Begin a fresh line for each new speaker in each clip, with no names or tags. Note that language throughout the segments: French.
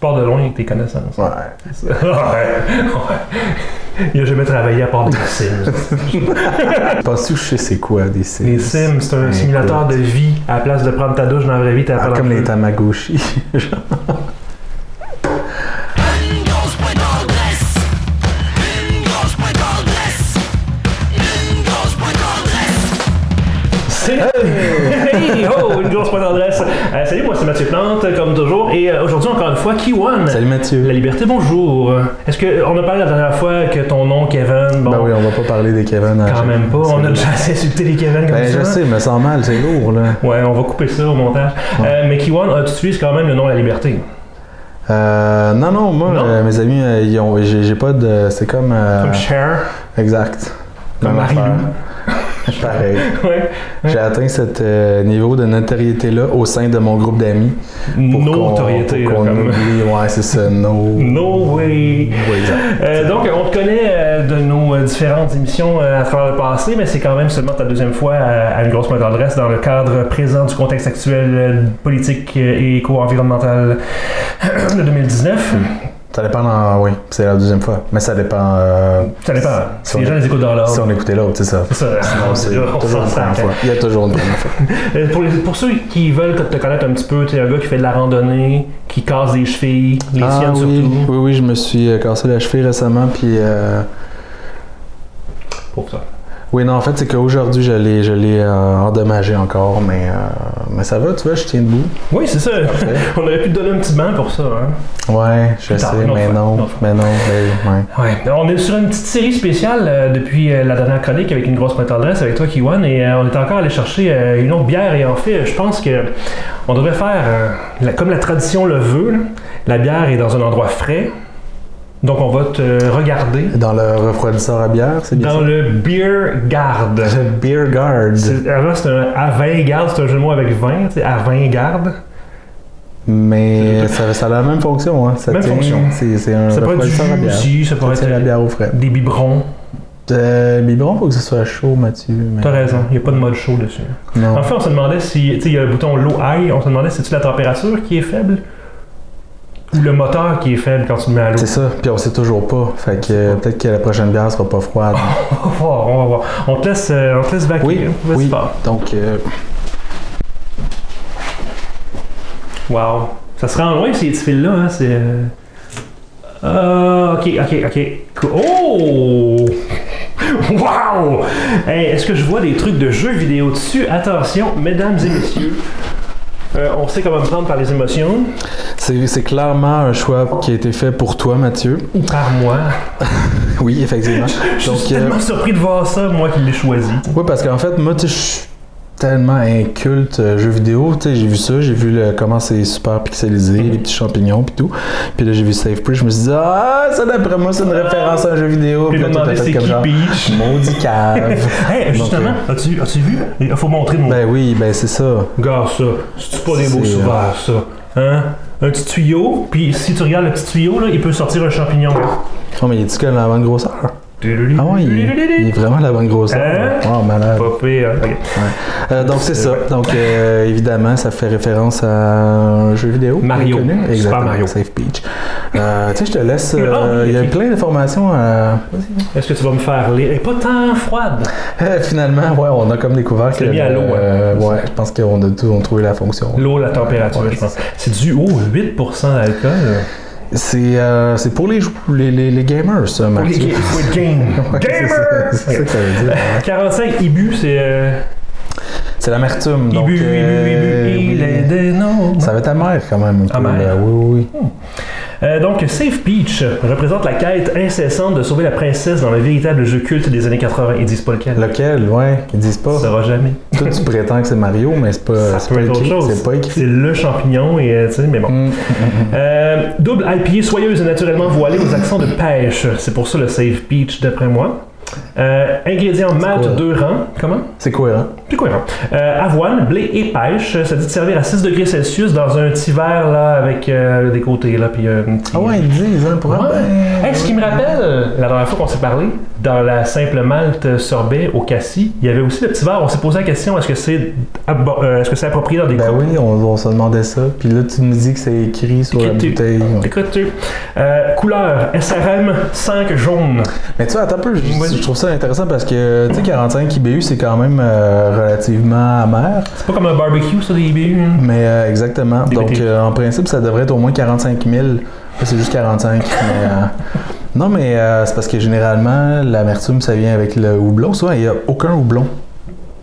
pars de loin avec tes connaissances.
Ouais.
ouais. ouais. Il a jamais travaillé à part des Sims.
Penses-tu que je sais c'est quoi des Sims?
Les Sims, c'est un
Écoute.
simulateur de vie. À la place de prendre ta douche dans la vraie vie, t'as
Ah,
pas
comme les Tamagotchi. genre.
In goes with all this. In goes with all this. In goes with all this.
C'est... Hey! Oh! Une grosse pointe d'adresse. Euh, salut, moi c'est Mathieu Plante, comme toujours. Et euh, aujourd'hui, encore une fois, Kiwan.
Salut
La
Mathieu.
liberté, bonjour. Est-ce que on a parlé la dernière fois que ton nom, Kevin, bon,
Ben oui, on va pas parler des Kevin. à-
quand même pas.
C'est-
On a déjà assez insulté les Kevin comme
Ben,
ça.
je sais, me sens mal, c'est lourd, là.
Ouais, on va couper ça au montage. Euh, mais Kiwan, euh, tu utilises quand même le nom La Liberté.
Euh, non, non, moi,
Non?
euh, mes amis, euh, ils ont- j'ai j'ai pas de. C'est comme. euh,
Comme Cher.
exact.
Comme
Même
Marie-Lou.
affaire. Pareil.
Ouais.
J'ai atteint ce niveau de notoriété-là au sein de mon groupe d'amis. pour qu'on-
Notoriété.
pour
là,
qu'on
comme-
oublie. Ouais, c'est ça. No.
No way.
Ouais, exact.
Euh, donc, on te connaît euh, de nos euh, différentes émissions euh, à travers le passé, mais c'est quand même seulement ta deuxième fois à, à une grosse main d'adresse dans le cadre présent du contexte actuel euh, politique euh, et éco-environnemental euh, de 2019.
Ça dépend. dans- oui, c'est la deuxième fois. Mais ça dépend. euh,
Ça dépend.
Si
Si les
on-
gens les écoutent dans l'ordre.
si on écoutait l'autre, c'est ça.
C'est ça.
Sinon, c'est
on
toujours
s'en
une première
sacre.
fois. Il y a toujours une première fois.
Euh, Pour, les- pour ceux qui veulent te connaître un petit peu, t'es un gars qui fait de la randonnée, qui casse des chevilles, les
Ah,
siennes
oui,
surtout.
oui, oui, je me suis euh, cassé la cheville récemment, puis euh,
Pour ça.
oui, non, en fait, c'est qu'aujourd'hui, je l'ai, je l'ai euh, endommagé encore, mais, euh, mais ça va, tu vois, je tiens debout.
Oui, c'est ça.
Parfait.
on aurait pu te donner un petit banc pour ça. Hein?
Ouais, je
Plus tard,
sais,
une autre
mais
fois, une
non,
autre
mais non, mais ouais.
Ouais, Euh, on est sur une petite série spéciale euh, depuis euh, la dernière chronique avec une grosse pointe d'adresse avec toi, Kiwan, et euh, on est encore allé chercher euh, une autre bière. Et en fait, euh, je pense que on devrait faire, euh, la- comme la tradition le veut, là, la bière est dans un endroit frais. Donc, on va te regarder
Dans le refroidisseur à bière, c'est bien
dans
ça?
le beer guard.
Le beer guard.
C'est- Avant, c'était un à 20 garde, c'est un jeu de mots avec 20, tu sais, à 20 garde.
Mais ça, ça a la même fonction, hein. Ça
Même
tient-
fonction.
C'est, c'est un
Ça pourrait être du
refroidisseur à
jus
bière.
aussi, ça
Ça
pourrait
tient la
être
bière au frais.
des biberons.
Euh, biberon, faut que ce soit chaud, Mathieu. mais-
T'as raison, il n'y a pas de mode chaud dessus.
Non.
En fait, on se demandait si, tu sais, il y a le bouton low high, on se demandait si c'est la température qui est faible ou le moteur qui est faible quand tu le mets à l'eau.
C'est ça, puis on sait toujours pas. Fait que euh, peut-être que la prochaine bière sera pas froide.
On va voir, on va voir. On te laisse, euh, on te laisse vaquer.
oui,
hein. Vas-y,
oui.
pars.
Donc, euh,
Wow. Ça se rend loin ces petits fils-là, hein, c'est... euh, Euh, ok, ok, ok. Cool. Oh! Wow! Hey, Est-ce que je vois des trucs de jeux vidéo dessus? Attention, mesdames et messieurs, euh, on sait comment me prendre par les émotions,
c'est c'est clairement un choix qui a été fait pour toi, Mathieu.
ou par moi.
Oui, effectivement.
Je
Donc,
suis tellement
euh,
surpris de voir ça, moi qui l'ai choisi.
oui, parce qu'en fait, moi, tu sais, je suis tellement inculte euh, jeux vidéo. Tu sais, j'ai vu ça, j'ai vu le- comment c'est super pixelisé, les petits champignons, puis tout. Puis là, j'ai vu Safe Prix, je me suis dit, ah, ça d'après moi, c'est une référence à un jeu vidéo.
Je
Puis
me
là, tout
demandais
fait
c'est
comme
qui
genre, euh,
Peach.
maudit cave.
Hey, justement, as-tu as-tu vu? Il faut montrer mon.
ben oui, ben c'est ça.
Regarde ça. C'est pas des beaux
C'est, euh,
souvenirs, ça. Hein? Un petit tuyau, puis si tu regardes le petit tuyau, là, il peut sortir un champignon.
Oh, mais il est-tu que la bonne grosseur? Ah ouais, il, il est vraiment de la bonne grosseur.
Hein?
Oh, malade.
Pas pire, hein? Ok.
Euh, donc, c'est ça. Donc, euh, évidemment, ça fait référence à un jeu vidéo.
Mario.
Connu.
Super
Exactement.
Mario.
Safe Peach. Euh, tu sais, je te laisse.
Ah,
euh,
oui,
il y a
ok.
plein d'informations. à-
Est-ce que tu vas me faire lire? Elle est pas tant froide.
Euh, finalement, ouais, on a comme découvert que.
l'as mis à l'eau, hein.
euh, ouais, je pense qu'on a, tout- on a trouvé la fonction.
L'eau, la température,
Ouais,
je pense. C'est du haut 8% d'alcool.
C'est euh, c'est pour les, jou- les, les, les gamers, ça,
Pour les
Mathieu.
games. Pour les games.
Ouais, c'est ça-
Gamers!
c'est ça que ça veut dire.
45 Ibu, c'est. euh,
C'est l'amertume. donc,
Ibu, Ibu,
euh,
Ibu, il
oui.
est des noms.
Ça va être amer quand même. Un peu,
Amer. hein?
là. Oui, oui, oui.
Euh, donc, Save Peach représente la quête incessante de sauver la princesse dans le véritable jeu culte des années 80. Ils disent pas lequel.
Lequel, ouais, ils disent
On
pas.
saura jamais.
Toi, tu prétends que c'est Mario, mais c'est pas,
ça
c'est
peut
pas
être autre
écrit.
chose.
C'est pas écrit.
C'est le champignon et euh, tu sais, mais bon.
Mm.
Euh, double IPA soyeuse et naturellement voilée aux accents de pêche. C'est pour ça le Save Peach d'après moi. Euh, ingrédients
quoi?
malt 2 rangs. Comment?
C'est cohérent.
Plus cohérent. Euh, avoine, blé et pêche. Ça dit de servir à 6 degrés Celsius dans un petit verre là, avec euh, des côtés. Là, puis, euh, un petit-
Ah ouais, ils disent, hein, pour
Ouais.
un ben,
Hey, ce qui me rappelle, la dernière fois qu'on s'est parlé, dans la simple malte sorbet au cassis, il y avait aussi le petit verre. On s'est posé la question est-ce que c'est abo- euh, est-ce que c'est approprié dans des
Ben oui, on, on se demandait ça. Puis là, tu nous dis que c'est écrit sur la
Écrit. Ah,
bouteille. ouais.
Écoute, euh, couleur SRM 5 jaune.
Mais tu sais, attends un peu, je,
Oui.
je trouve ça intéressant parce que, tu sais, 45 IBU, c'est quand même euh, relativement amer.
C'est pas comme un barbecue ça des IBU. hein?
Mais euh, exactement.
Des
Donc,
BTU.
euh, en principe, ça devrait être au moins 45 000. Là, c'est juste 45. mais, euh, non, mais euh, c'est parce que généralement, l'amertume, ça vient avec le houblon. Souvent, il n'y a aucun houblon.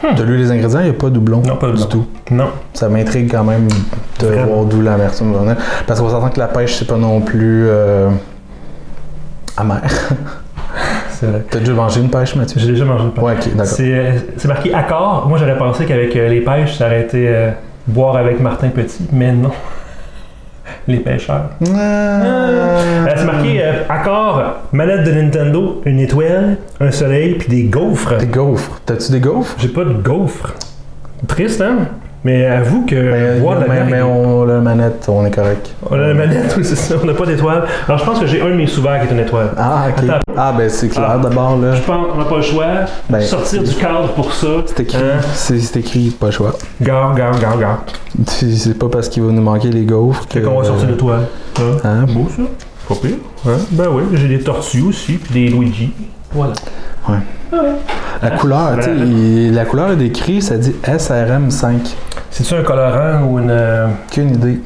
Tu as lu les ingrédients, il n'y a pas de houblon.
Hmm. Non, pas de
du
houblon.
tout.
Non.
Ça m'intrigue quand même de
Vraiment.
voir d'où l'amertume va venir. Parce qu'on s'entend que la pêche, c'est pas non plus euh, amer.
C'est vrai.
T'as déjà mangé une pêche, Mathieu?
J'ai déjà mangé une pêche.
Ouais, ok, d'accord.
C'est euh, c'est marqué accord. Moi, j'aurais pensé qu'avec euh, les pêches, ça aurait été euh, boire avec Martin Petit, mais non. Les pêcheurs.
Ah.
Euh, c'est marqué euh, accord, manette de Nintendo, une étoile, un soleil, puis des gaufres.
Des gaufres. T'as-tu des gaufres?
J'ai pas de gaufres. Triste, hein? Mais avoue que
Euh, Mais,
boire de la
Ben, mais-
bière
mais
avec-
on la manette, on est correct.
On a la manette, oui, c'est ça. On n'a pas d'étoile. Alors, je pense que j'ai un de mes souverains qui est une étoile.
Ah, ok.
Attends.
Ah, ben c'est clair
Ah.
d'abord, là.
Je pense qu'on n'a pas le choix.
Ben,
Sortir du cadre pour ça.
C'est écrit.
Hein?
C'est c'est écrit, pas le choix.
Gare, gare, gare, gare.
C'est c'est pas parce qu'il va nous manquer les gaufres que.
Fait qu'on va sortir
euh,
l'étoile. Hein?
hein?
Beau, ça. Pas pire. Hein? Ben oui, j'ai des tortues aussi, puis des Luigi. Voilà.
La couleur, tu sais,
Voilà.
il- la couleur des cris, ça dit SRM5.
C'est-tu un colorant ou une. euh,
Aucune idée.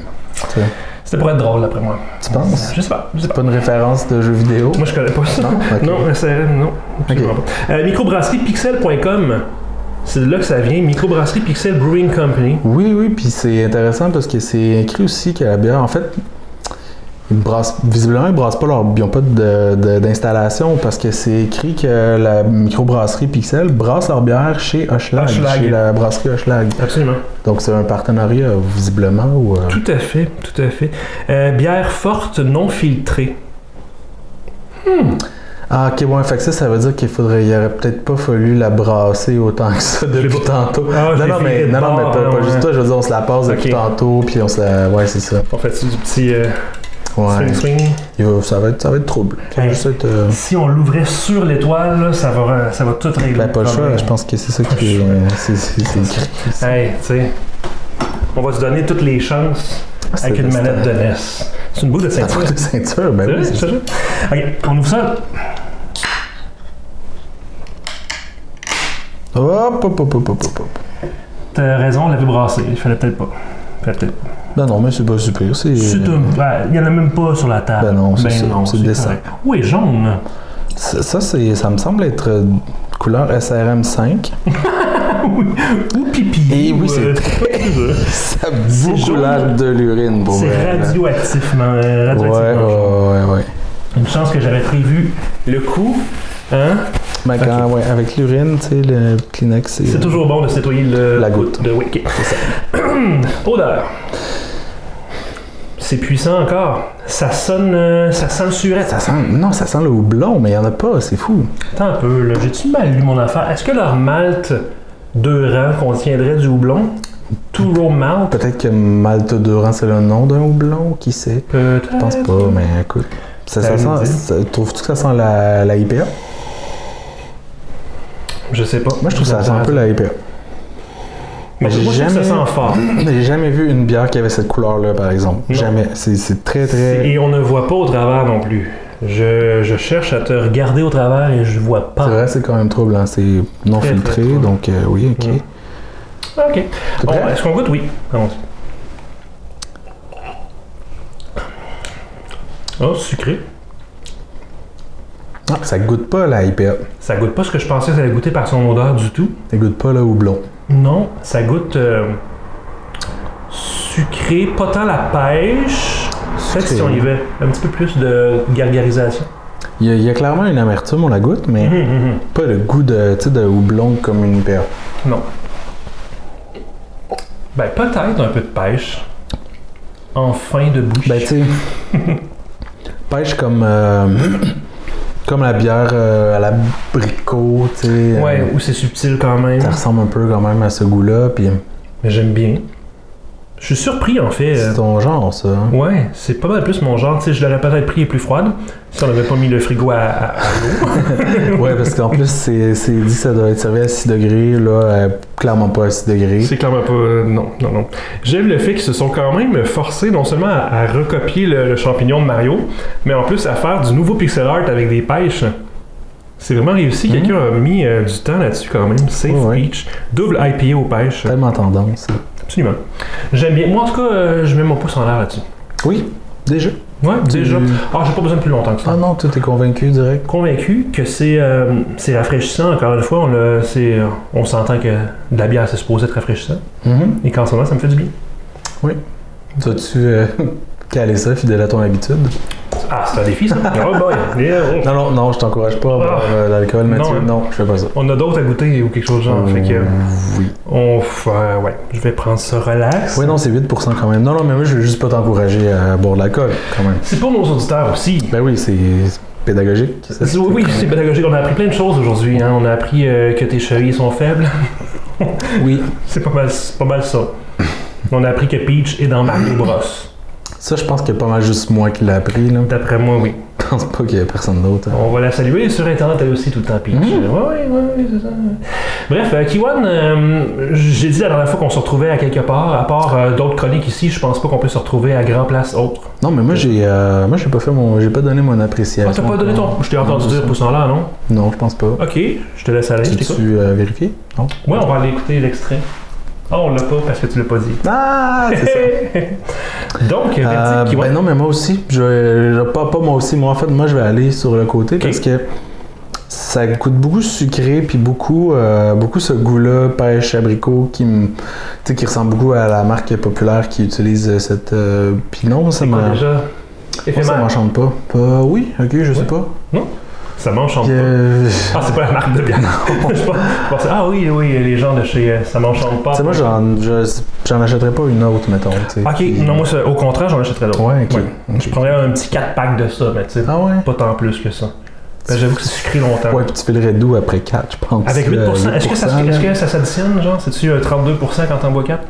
C'était pour être drôle, après moi.
Tu penses?
Je sais pas. Je sais pas.
Pas une référence de jeu vidéo.
Moi, je connais pas ça.
Non? Ok.
Non, SRM, non. absolument
Ok.
pas. Euh, microbrasserie-pixel.com. C'est de là que ça vient. Microbrasserie Pixel Brewing Company.
Oui, oui, puis c'est intéressant parce que c'est écrit aussi que la bière, en fait, ils brassent, visiblement, ils brassent pas leur. Ils n'ont pas de- de- d'installation parce que c'est écrit que la microbrasserie Pixel brasse leur bière chez Hochelag,
Hochelag.
chez la brasserie Hochelag.
Absolument.
Donc c'est un partenariat, visiblement, ou. euh,
Tout à fait, tout à fait. Euh, bière forte non filtrée.
Ah, ok, ouais, fait que ça, ça veut dire qu'il faudrait. Il aurait peut-être pas fallu la brasser autant que ça depuis
pas-
tantôt.
Ah, je
non,
l'ai
non, mais,
filtré de
non, non, mais
bord,
pas,
hein,
pas
ouais.
juste toi, je veux dire, on se la passe depuis
Ok.
tantôt, puis on se la. Ouais, c'est ça.
On fait du petit euh,
Ouais.
swing swing.
Il va- ça, va être, ça va être trouble. Ça va
Hey.
juste être. euh,
Si on l'ouvrait sur l'étoile, là, ça va, ça va tout régler.
Ben, pas le choix,
problème.
je pense que c'est ça
Ah, Pas
qui
le
euh, c'est- c'est- c'est écrit.
Hey, tu sais, on va se donner toutes les chances
C'est-
avec une
c'est-
manette de NES. C'est une boule de
La
ceinture.
faute de ceinture,
C'est
ben oui.
vrai,
c'est-
c'est ça. Ok, on ouvre ça.
Hop, hop, hop, hop, hop, hop. hop.
T'as raison, on l'avait brassé. Il fallait peut-être pas. Fallait peut-être pas.
Ben non, mais c'est pas super. C'est
C'est un- ouais, Il y en a même pas sur la table.
Euh, Ben non, c'est ça, c'est le dessin.
correct. Où est jaune?
Ça, ça, c'est- ça me semble être euh, couleur SRM5.
Ou pipi.
Et
ou,
oui, c'est
euh,
Ça
C'est
beaucoup
jaune.
l'air de l'urine pour
C'est
vrai, là.
radioactivement, euh,
Ouais,
radioactivement jaune.
ouais, ouais, ouais.
Une chance que j'avais prévu le coup. Hein?
Ben, quand- ouais, avec l'urine, tu sais, le Kleenex, c'est.
C'est toujours bon de se nettoyer le
La goutte.
de oui, ok. Odeur. C'est puissant encore. Ça sonne, euh, ça sent le surette.
Ça sent. Non, ça sent le houblon, mais il n'y en a pas, c'est fou.
Attends un peu, là. J'ai-tu mal lu mon affaire? Est-ce que leur malt de rang contiendrait du houblon? Two row malt?
Peut-être que Malta Durand, c'est le nom d'un houblon, qui sait.
Peut-être.
Je pense pas, mais écoute. Ça, ça
Ça nous
sent,
dit.
ça- Trouves-tu que ça sent la, la IPA?
Je sais pas.
Moi, je trouve que ça sent un peu la IPA.
Mais
j'ai
moi, je trouve que
jamais-
ça sent fort.
J'ai jamais vu une bière qui avait cette couleur-là, par exemple.
Non.
Jamais. C'est- C'est très, très...
Et on ne voit pas au travers non plus. Je, je cherche à te regarder au travers et je vois
C'est
pas.
vrai, c'est quand même troublant. C'est
Très,
non
très
filtré,
trouble.
donc euh, oui, OK.
Mm. Ok.
T'es
Bon,
prêt?
Est-ce qu'on goûte? Oui. allons Oh, sucré.
Ah, ça goûte pas la IPA.
Ça goûte pas ce que je pensais que ça allait goûter par son odeur du tout.
Ça goûte pas le houblon.
Non, ça goûte euh, sucré, pas tant la pêche. Peut-être
Sucré.
si on y va, un petit peu plus de gargarisation.
Il y, a, il y a clairement une amertume, on la goûte, mais
Hum, hum, hum.
pas le goût de, tu sais, de houblon comme une IPA.
Non. Ben, peut-être un peu de pêche. En fin de bouche.
Ben, tu sais, pêche comme... euh, Comme la bière euh, à l'abricot, tu sais. euh,
Ouais, ou c'est subtil quand même.
Ça ressemble un peu quand même à ce goût-là, puis
Mais j'aime bien. Je suis surpris en fait. euh,
c'est ton genre, ça. hein?
Ouais, c'est pas mal plus mon genre. Tu sais, je l'aurais peut-être pris les plus froides si on n'avait pas mis le frigo à, à- à l'eau.
ouais, parce qu'en plus, c'est c'est dit ça doit être servi à 6 degrés, là, euh, clairement pas à 6 degrés.
C'est clairement pas. euh, Non, non, non. J'aime le fait qu'ils se sont quand même forcés non seulement à, à recopier le, le champignon de Mario, mais en plus à faire du nouveau pixel art avec des pêches. C'est vraiment réussi. Quelqu'un a mis euh, du temps là-dessus quand même. Safe
Mhm. Ouais, ouais.
Beach. Double IPA aux pêches.
Tellement tendance. ça.
Absolument. J'aime bien. Moi, en tout cas, euh, je mets mon pouce en l'air là-dessus.
Oui, déjà.
Ouais, déjà.
Mm.
Ah, j'ai pas besoin de plus longtemps que ça.
Ah non, tout est convaincu direct.
convaincu que c'est euh, c'est rafraîchissant. Encore une fois, on, l'a- c'est, euh, on s'entend que de la bière, c'est supposé être rafraîchissant.
Mhm.
Et qu'en ce moment, ça me fait du bien.
Toi, tu euh, caler ça fidèle à ton habitude?
Ah, c'est un défi, ça. oh boy. Yeah, oh.
Non, non, non, je t'encourage pas à boire euh, d'alcool,
Ah. Non,
Mathieu.
hein.
Non, je fais pas ça.
On a d'autres à goûter ou quelque chose de genre. Fait que, euh,
Oui.
on, f- euh, ouais, je vais prendre ça relax.
Oui, non, c'est 8 quand même. Non, non, mais moi, je veux juste pas t'encourager à boire de l'alcool, quand même.
C'est pour nos auditeurs aussi.
Ben oui, c'est c'est pédagogique. ça,
C'est- oui, oui, c'est pédagogique. On a appris plein de choses aujourd'hui. hein. On a appris euh, que tes chevilles sont faibles.
Oui.
c'est pas mal, c'est pas mal ça. On a appris que Peach est dans Mario Bros.
Ça, je pense qu'il y a pas mal juste moi qui l'ai appris, là.
D'après moi, oui.
Je pense pas qu'il y a personne d'autre. hein.
On va la saluer sur Internet, elle aussi, tout le temps, Peach. Ouais,
Mm.
ouais, ouais, ouais, c'est ça. Bref, euh, Kiwan, euh, j'ai dit la dernière fois qu'on se retrouvait à quelque part, à part euh, d'autres chroniques ici, je pense pas qu'on peut se retrouver à grand place autre.
Non, mais moi, j'ai euh, moi j'ai pas fait mon... J'ai pas donné mon appréciation.
Ah, t'as pas donné ton. Je t'ai entendu dire poussant là, non
Non, je pense pas.
Ok, je te laisse aller, je t'écoute.
Tu euh, vérifié? Non?
Ouais, on va aller écouter l'extrait. Ah, on l'a pas parce que tu l'as pas dit.
Ah, c'est ça.
Donc, verdict,
Euh,
Kiwan.
ben non, mais moi aussi, je, vais- je- pas, pas moi aussi, moi en fait, moi je vais aller sur le côté parce que ça coûte beaucoup sucré puis beaucoup, euh, beaucoup ce goût-là pêche abricot qui me, tu sais, qui ressemble beaucoup à la marque populaire qui utilise euh, cette. euh, puis non, ça
C'est quoi
m'a-
déjà
moi, ça
Éphémère.
m'enchante pas. Euh, oui, ok, je sais
Ouais.
pas.
Ça m'enchante
Puis,
pas.
euh,
Ah, c'est pas la marque de bière. Je pense- je pensais- ah oui, oui, les gens de chez euh, Ça m'enchante pas.
tu sais, moi j'en, je- j'en achèterais pas une autre, mettons. tu sais.
Ok,
Puis-
non, moi, ça- au contraire, j'en achèterais d'autres.
Ouais, ok.
Ouais. Je prendrais un petit 4 packs de ça, mais tu sais,
Ah ouais?
pas tant plus que ça. Ben, J'avoue que c'est sucré longtemps.
Ouais, puis tu filerais doux après 4, je pense.
Avec 8%,
Euh,
est-ce que ça,
8%,
se-
là.
est-ce que ça s'additionne, genre C'est-tu euh, 32% quand t'en bois 4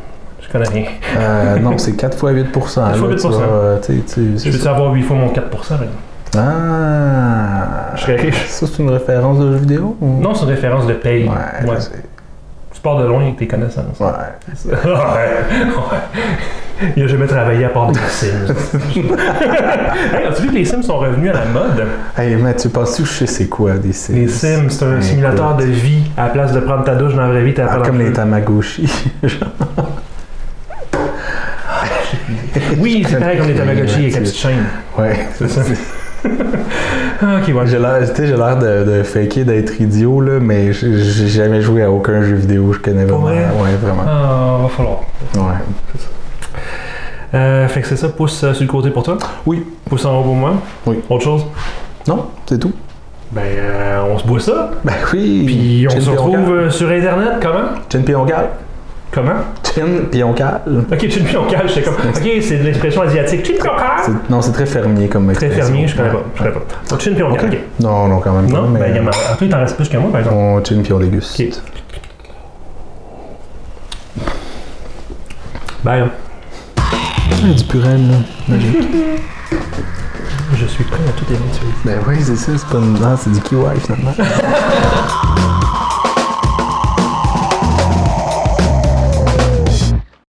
Je connais rien.
Euh, non, c'est 4 fois 8
4 fois
là, tu
8%.
vas, euh, tu sais, tu-
Je
c'est
peux-tu avoir 8 fois mon 4% maintenant?
ça. Ah!
Je serais riche.
Ça, c'est une référence de jeu vidéo? ou-
Non, c'est une référence de paye.
Ouais,
Ouais.
c'est-
Tu pars de loin avec tes connaissances.
ouais.
ouais, ouais. Il a jamais travaillé à part des Sims. hey, as-tu vu que les Sims sont revenus à la mode?
Hey, Mathieu, penses-tu que je sais c'est quoi des Sims?
Les Sims, c'est un
Écoute.
simulateur de vie. À la place de prendre ta douche dans la vraie vie, t'as
Ah,
pas
comme les Tamagotchi.
Oui, c'est pareil comme les Tamagotchi avec la petite chaîne.
ouais.
C'est ça. Ah, ok, ouais.
J'ai l'air, tu sais, j'ai l'air de, de faker, d'être idiot, là, mais j'ai j'ai jamais joué à aucun jeu vidéo. Je connais
Pour
vraiment.
vrai?
Ouais, vraiment.
Ah, va falloir.
Ouais.
Euh, fait que c'est ça, pouce euh, sur le côté pour toi.
Oui.
Pouce en haut pour moi.
Oui.
Autre chose?
Non, c'est tout.
Ben, euh, on se boit ça.
Ben oui.
Puis on
Chin
se
puis
retrouve
cale.
euh, sur Internet. Comment?
Chin puis on cale.
Comment?
Chin puis on cale.
Ok, chin puis on cale, j'étais comme. Ok, c'est de l'expression asiatique. Chin puis on cale.
C'est- Non, c'est très fermier comme
Très
expression.
fermier, je connais pas.
Ouais.
Je connais pas. Donc, chin puis on cale.
Ok.
ok.
Non, non, quand même pas.
Non,
mais
ben, il y en a- Toi, il t'en reste plus que moi, par exemple.
On chin puis on déguste.
Ok. Ben,
Du purel, là. Magique.
je suis prêt à toute éventualité.
ben oui, c'est ça, c'est pas une. Ah, c'est du kiwi, finalement.